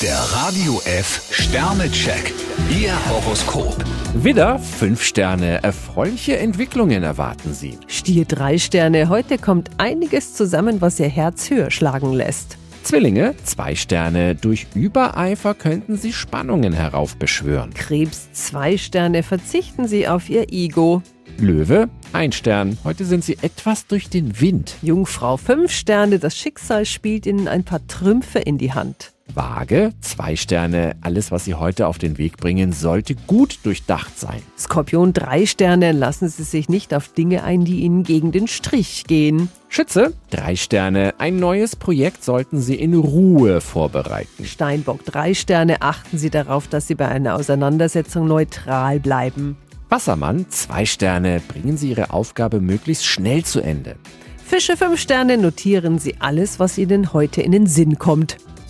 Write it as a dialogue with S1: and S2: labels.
S1: Der Radio F Sternecheck. Ihr Horoskop.
S2: Widder, 5 Sterne. Erfreuliche Entwicklungen erwarten Sie.
S3: Stier drei Sterne, heute kommt einiges zusammen, was Ihr Herz höher schlagen lässt.
S2: Zwillinge, 2 Sterne. Durch Übereifer könnten Sie Spannungen heraufbeschwören.
S3: Krebs zwei Sterne, verzichten Sie auf Ihr Ego.
S2: Löwe, 1 Stern. Heute sind Sie etwas durch den Wind.
S3: Jungfrau fünf Sterne, das Schicksal spielt Ihnen ein paar Trümpfe in die Hand.
S2: Waage, 2 Sterne. Alles, was Sie heute auf den Weg bringen, sollte gut durchdacht sein.
S3: Skorpion drei Sterne, lassen Sie sich nicht auf Dinge ein, die Ihnen gegen den Strich gehen.
S2: Schütze, 3 Sterne. Ein neues Projekt sollten Sie in Ruhe vorbereiten.
S3: Steinbock drei Sterne, achten Sie darauf, dass Sie bei einer Auseinandersetzung neutral bleiben.
S2: Wassermann, 2 Sterne. Bringen Sie Ihre Aufgabe möglichst schnell zu Ende.
S3: Fische fünf Sterne, notieren Sie alles, was Ihnen heute in den Sinn kommt.